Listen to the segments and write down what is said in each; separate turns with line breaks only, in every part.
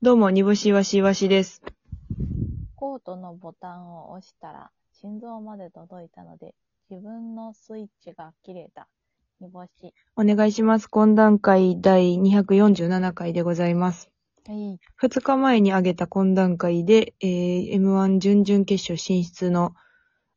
どうも、煮干しわしわしです。
コートのボタンを押したら、心臓まで届いたので、自分のスイッチが切れた。煮干し。
お願いします。懇談会第247回でございます。
はい。
2日前に挙げた懇談会で、えー M1 準々決勝進出の、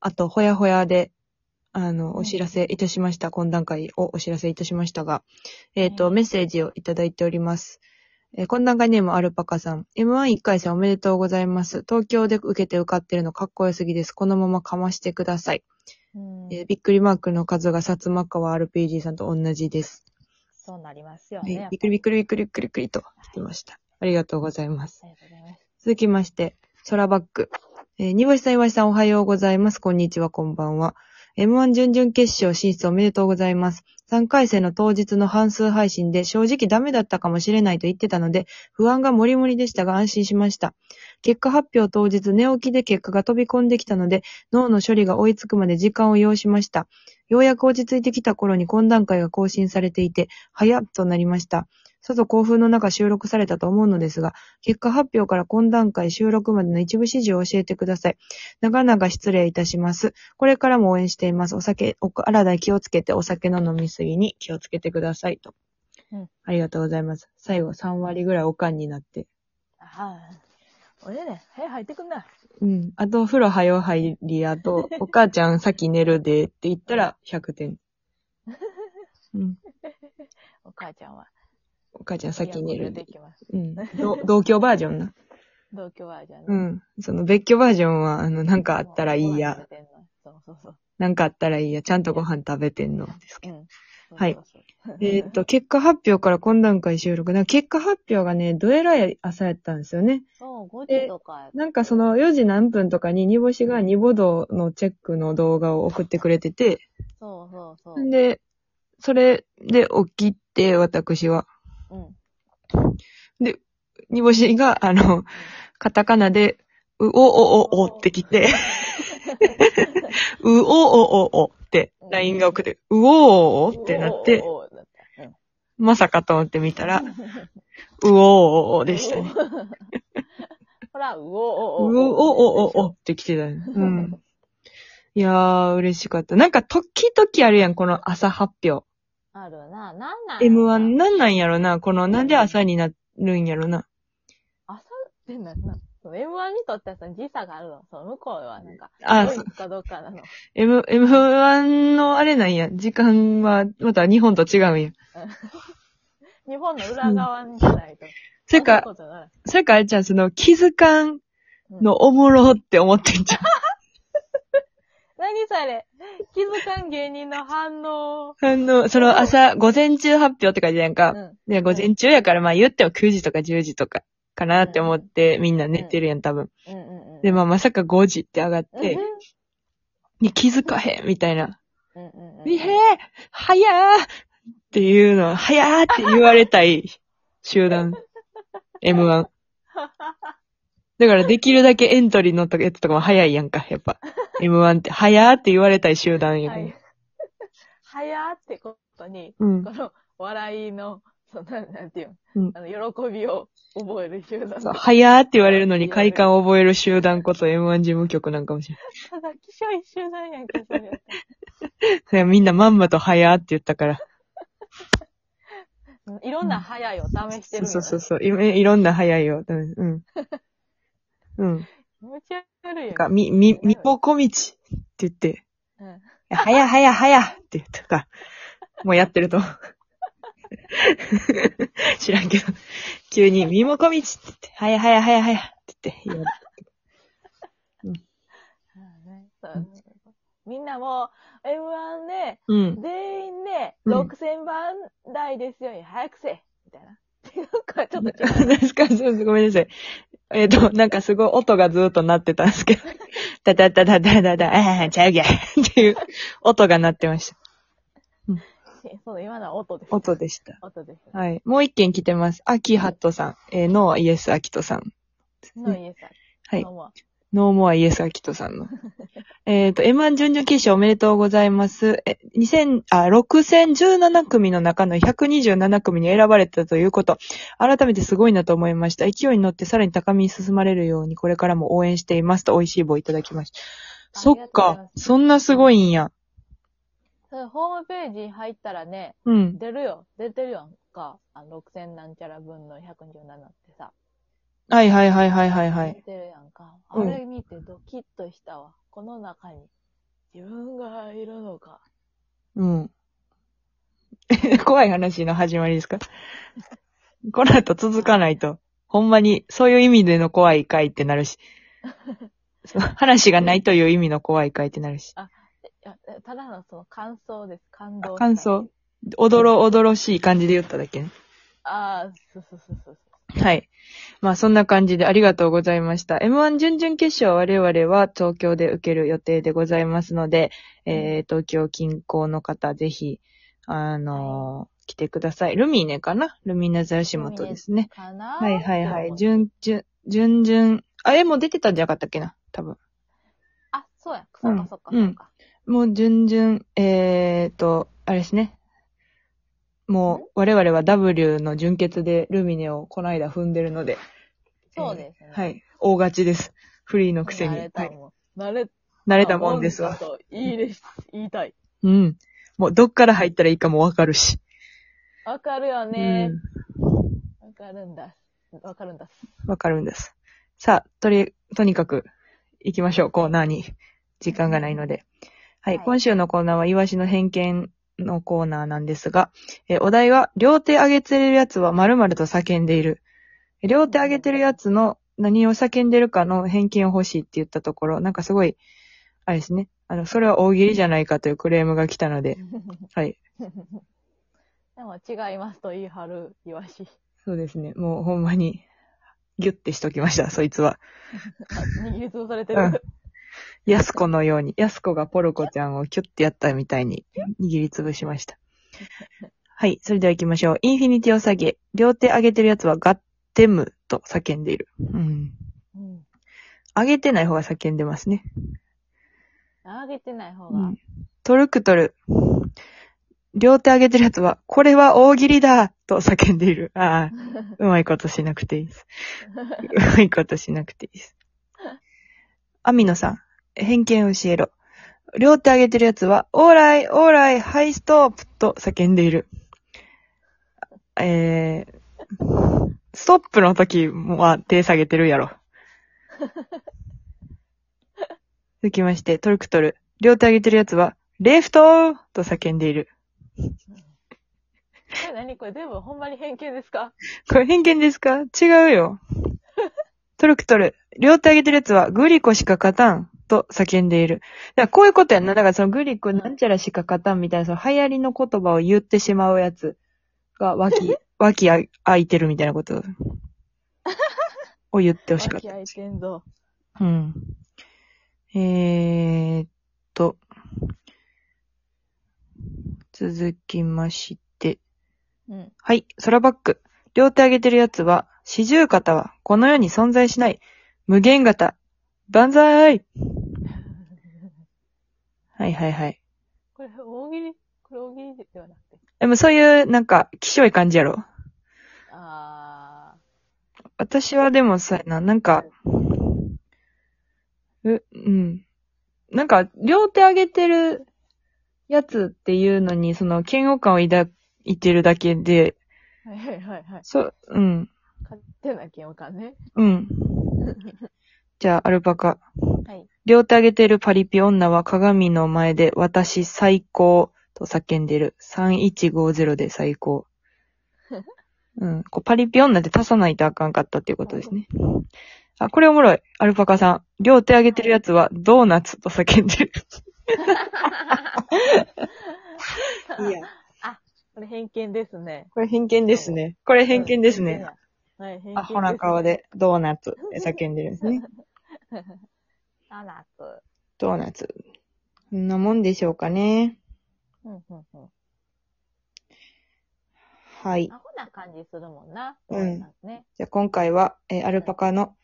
あと、ほやほやで、あの、お知らせいたしました。懇談会をお知らせいたしましたが、えっ、と、
はい
メッセージをいただいております。えー懇談会ネームアルパカさん。M11 回戦おめでとうございます。東京で受けて受かってるのかっこよすぎです。このままかましてください。
うん。
えーびっくりマークの数が薩摩川 RPG さんと同じです。
そうなりますよ
は
ね。
い、びっくりびっくりびっくりびっくりびっくりと来てました。ありがとうございます。
ありがとうございます。
続きまして、ソラバック。えー、にぼしさん、いわしさん、おはようございます。こんにちは、こんばんは。M1 準々決勝進出おめでとうございます。3回戦の当日の半数配信で正直ダメだったかもしれないと言ってたので、不安がもりもりでしたが安心しました。結果発表当日寝起きで結果が飛び込んできたので、脳の処理が追いつくまで時間を要しました。ようやく落ち着いてきた頃に懇談会が更新されていて、早っとなりました。さぞ興奮の中収録されたと思うのですが、結果発表から懇談会収録までの一部指示を教えてください。長々失礼いたします。これからも応援しています。お酒、お体気をつけてお酒の飲みすぎに気をつけてくださいと。
うん
ありがとうございます。最後3割ぐらいおかんになって。
ああ。おいでね、早く入ってくんな。
うん。あと、風呂はよ入り、あ と、お母ちゃん先寝るでって言ったら100点。うん。
お母ちゃんは。
お母ちゃん先寝る
で
で。
きます。
うん。ど同居バージョンな。
同居はじゃあね。
う。ん。その別居バージョンは、あの、なんかあったらいいや。。
そうそうそう。
なんかあったらいいや。ちゃんとご飯食べてんの。ですけ
う
ど
ん。
はい
そうそうそう。
えーっと、結果発表から懇談会収録。なんか結果発表がね、どえらい朝やったんですよね。
そう、5時とか。
なんかその4時何分とかに煮干しが煮ぼどのチェックの動画を送ってくれてて、
そうそうそう。
んで、それで起きて、私は。
うん。
煮干しが、あの、カタカナで、うおおおおって来 て、うおおおおって、LINE が送って、うおおおってなって、
おーおーおーなったうん
まさかと思ってみた ら、うおおおでしたね。
ほら、うおおお。
うおおおおって来てたね。うん。いやー、嬉しかった。なんか、時々あるやん、この朝発表。
あるな。なんなん
M1 なんなんやろな、この、なんで朝になるんやろな。
朝ってなんなんその ?M1 にとってはその時差があるの。その向こうはなんか、
あ
ドイツかどうかなの。
M、M1 のあれなんや、時間は、また日本と違うんや。
日本の裏側にじゃないと。
それか
そ、ういうことない
それかあれちゃん、その、気づかん
うん
のおもろって思ってんじゃん。
何それ気づかん芸人の反応。
あの、その朝、午前中発表って書いてたやん
う
か。
ん。
で、午前中やから、まあ言っても9時とか10時とかかなって思って、みんな寝てるやん、多分。
うんうんうん。
で、まあまさか5時って上がっ
うんうん
て、に気づかへん、みたいな。
うんうんうん。
いへー早ーっていうの、早ーって言われたい集 団。M1。だからできるだけエントリーのとやつとかも早いやんか、やっぱ。M1 って、早ーって言われたい集団や
は
から。
い。 早ってことに、
うん
こ。の笑いの、そのなんなんていう
う
の
ん、
あの、喜びを覚える集団。
そう早ーって言われるのに快感を覚える集団こそ M1 事務局なんかもしれない。
ただ、気象一周なんやんけ、それ。
それはみんなまんまと早ーって言ったから。
うんいろんな早いを試してるんや
そ
な
うそうそう。いいろんな早いよ。うんうん。うん。
気持ち悪い
な
よ
ん。か、み、み、みぽこみちって言って。
うん
はやはやはやって言ったか、もうやってると 思う。知らんけど、急に、みもこみちって言って、はやはやはやはやって言って、
そうみんなもう、M1 で、
うん。
全員で、
うん
6000番台ですように早くせみたいな。っていうか、ちょっと違う。
確かに、ごめんなさい。えっ、と、なんかすごい音がずーっと鳴ってたんですけど、ダダダダダダダ、ああ、ちゃうぎゃっていう音が鳴ってました。
その今のは音です。
音でした。
音です。
はい。もう一件来てます。アキハットさん、えー、ノーイエスアキトさん。
のイエスさん。
はい
どうも
ノーモアイエス・アキトさん の。えっと、M1 準々決勝おめでとうございます。え、2000、あ、6017組の中の127組に選ばれたということ。改めてすごいなと思いました。勢いに乗ってさらに高みに進まれるようにこれからも応援していますと美味しい棒いただきました。
あり
そ
がとう
っ
ございます
か。そんなすごいんや。
それホームページ入ったらね、
うん。
出るよ。出てるやんか。あの、6000なんちゃら分の127ってさ。
はいはいはいはいはいはい
出。てるやんか。あ
うん
れ見てドキッとしたわ。この中に自分がいるのか。
うん。 怖い話の始まりですかこの後続かないと。ほんまに、そういう意味での怖い回ってなるし。そう話がないという意味の怖い回ってなるし。
えいやえただのその感想です。感動。
あ感想。おどろおどろしい感じで言っただけね。
ああ、そうそうそうそうそう。
はい。まあそんな感じでありがとうございました。M1 準々決勝我々は東京で受ける予定でございますので、えー、東京近郊の方ぜひ、あのー来てください。ルミネかなルミネ座吉本ですね。
かな
はいはいは
って思
い。準、
う
準、準々、あれもう出てたんじゃなかったっけな多分。
あ、そうや。そっ
うん
かそっかそっか。
もう準々、えーと、あれですね。もう、我々は W の準決でルミネをこの間踏んでるので。
そうですね。
えーはい。大勝ちです。フリーのくせに。は
慣れ
い
たもん。慣れ
慣れたもんですわ。
たもんだといいです。言いたい。
うん。もう、どっから入ったらいいかもわかるし。
わかるよね。わかるんだ。わかるんだ。
うん。わかるんです。さあ、とり、とにかく、行きましょう、コーナーに。時間がないので。はい、
はい
今週のコーナーは、イワシの偏見のコーナーなんですが、えーお題は、両手上げてるやつは〇〇と叫んでいる。両手上げてるやつの何を叫んでるかの偏見を欲しいって言ったところ、なんかすごい、あれですね。あの、それは大喜利じゃないかというクレームが来たので、はい。
でも違いますと言い張るイワシ。
そうですね。もうほんまに、ギュッてしときました、そいつは。
あ握りつぶされて
うん
る。
ヤスコのように、ヤスコがポルコちゃんをキュッてやったみたいに握りつぶしました。はい、それでは行きましょう。インフィニティを下げ、両手上げてるやつはガッテムと叫んでいる。うん。
うん。
上げてない方が叫んでますね。
あげてない方
う
が
ん。トルクトル。両手上げてるやつは、これは大喜利だと叫んでいる。 ああ、うまいことしなくていいです。うまいことしなくていいです。アミノさん、偏見教えろ。両手上げてるやつは、オーライ、オーライ、ハイストップと叫んでいる。えー、ストップの時は手下げてるや ろ。続きまして、トルクトル。両手上げてるやつは、レフトと叫んでいる。
え、何これ全部ほんまに偏見ですか
これ偏見ですか違うよ。トルクトル。両手上げてるやつは、グリコしか勝たん。と叫んでいる。だからこういうことやんな。だからそのグリコなんちゃらしか勝たんみたいな、その流行りの言葉を言ってしまうやつが、 脇、脇あ開いてるみたいなことを言ってほしかっ
脇
た。
開いてんぞ。
うん。えー、っと、続きまして、
うん。
はい、空バック。両手上げてるやつは、四十肩はこの世に存在しない。無限型。万歳はいはいはい。
これ大喜利これ大喜利ではなくて。
でもそういう、なんか、気象い感じやろ。
あ
私はでもそうやな、なんか、う、うん。なんか、両手上げてるやつっていうのに、その、嫌悪感を抱いてるだけで、
ー。はいはいはいはい。
そ、うん、
勝手な嫌悪 感ね。
うん。じゃあ、アルパカ。
はい。
両手上げてるパリピ女は鏡の前で私最高と叫んでる。3150で最高。うん。こうパリピ女って足さないとあかんかったっていうことですね。あ、これおもろい。アルパカさん。両手上げてるやつはドーナツと叫んでる。いや、
これ偏見ですね。
これ偏見ですね。これ偏見ですね。
うん。はい、偏見です、ね。
あ、ほな顔。でドーナツって叫んでるんですね。
あらつ。
ドーナツ。こんなもんでしょうかね。
うんうんうん。
はい。
アホな感じするもんな。
うん
ね。
じゃあ今回は、えーアルパカの、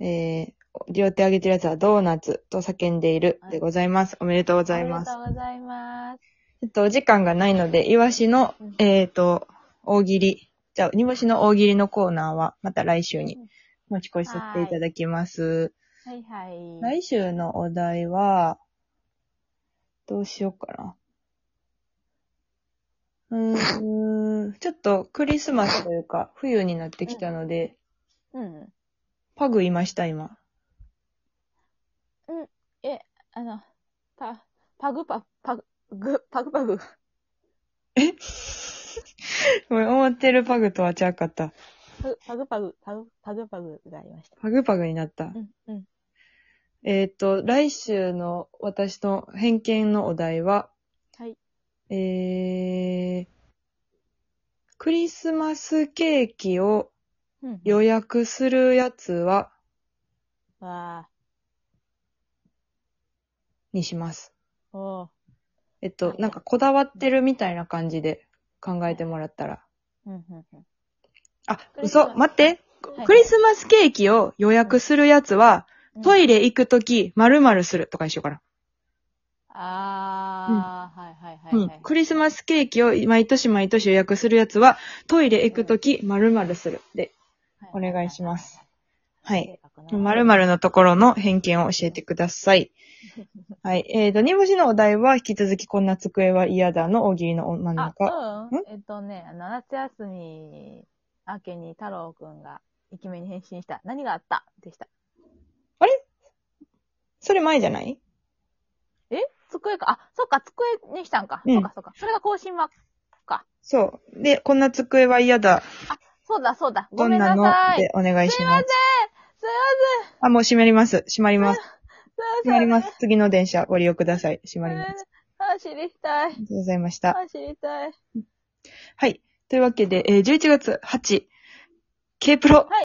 えー両手上げてるやつはドーナツと叫んでいるでございます。おめでとうご
ご
ざいます
あ。りがとうございます。
えっと、お時間がないので、イワシの
うん、
えっ、と、大喜利、じゃあ、煮干しの大喜利のコーナーは、また来週に持ち越しさせていただきます。
はいはい。
来週のお題は、どうしようかな。うーん、ちょっとクリスマスというか、冬になってきたので、
うん。
パグいました、今。
あの、パ、パグパ、パグ、グ、パグパグ。
え ごめん思ってるパグとはちゃうかった。
パグパグパグ、パグパグパグがありました。
パグパグになった。
うん、うん。
えっ、と、来週の私の偏見のお題は、
はい。
えー、クリスマスケーキを
うん。
予約するやつは、
わ
にします。
あ、おー
えっと、なんかこだわってるみたいな感じで考えてもらったら。
うん、うん、うん。
あ、
クリスマス
嘘、待って。
はい
クリスマスケーキを予約するやつは、ト
レ。
イレ行くとき、〇〇するとかにしようかな。
ああ、はいはいは
う
い
ん
はい。
クリスマスケーキを毎年毎年予約するやつは、トイレ行くとき、〇〇する。で、お願いします。はい。〇
まる。
〇のところの偏見を教えてくださ い。はい。えーと、煮干しのお題は、引き続きこんな机は嫌だの大喜利の真ん
あ
中。、
うん。えっとね、あの夏休み明けに太郎くんがイケメンに変身した。何があったでした。
それ前じゃない
え机か。あ、そっか、机にしたんか。
うん
そっか、そっか。それが更新は、
そう。で、こんな机は嫌だ。
そうだ、そうだ。ご
どん
めん
な
な
の
さい。
でお願いします。
すい
あ、もう閉まります。閉まります。
ません。
閉まりますす。次の電車ご利用ください。閉
い
ま
ませ
り
ん。
ます。あ
あ、知りたい。
りがとうございました。
あ、知りたい。
はい。というわけで、えー11月8、K プロ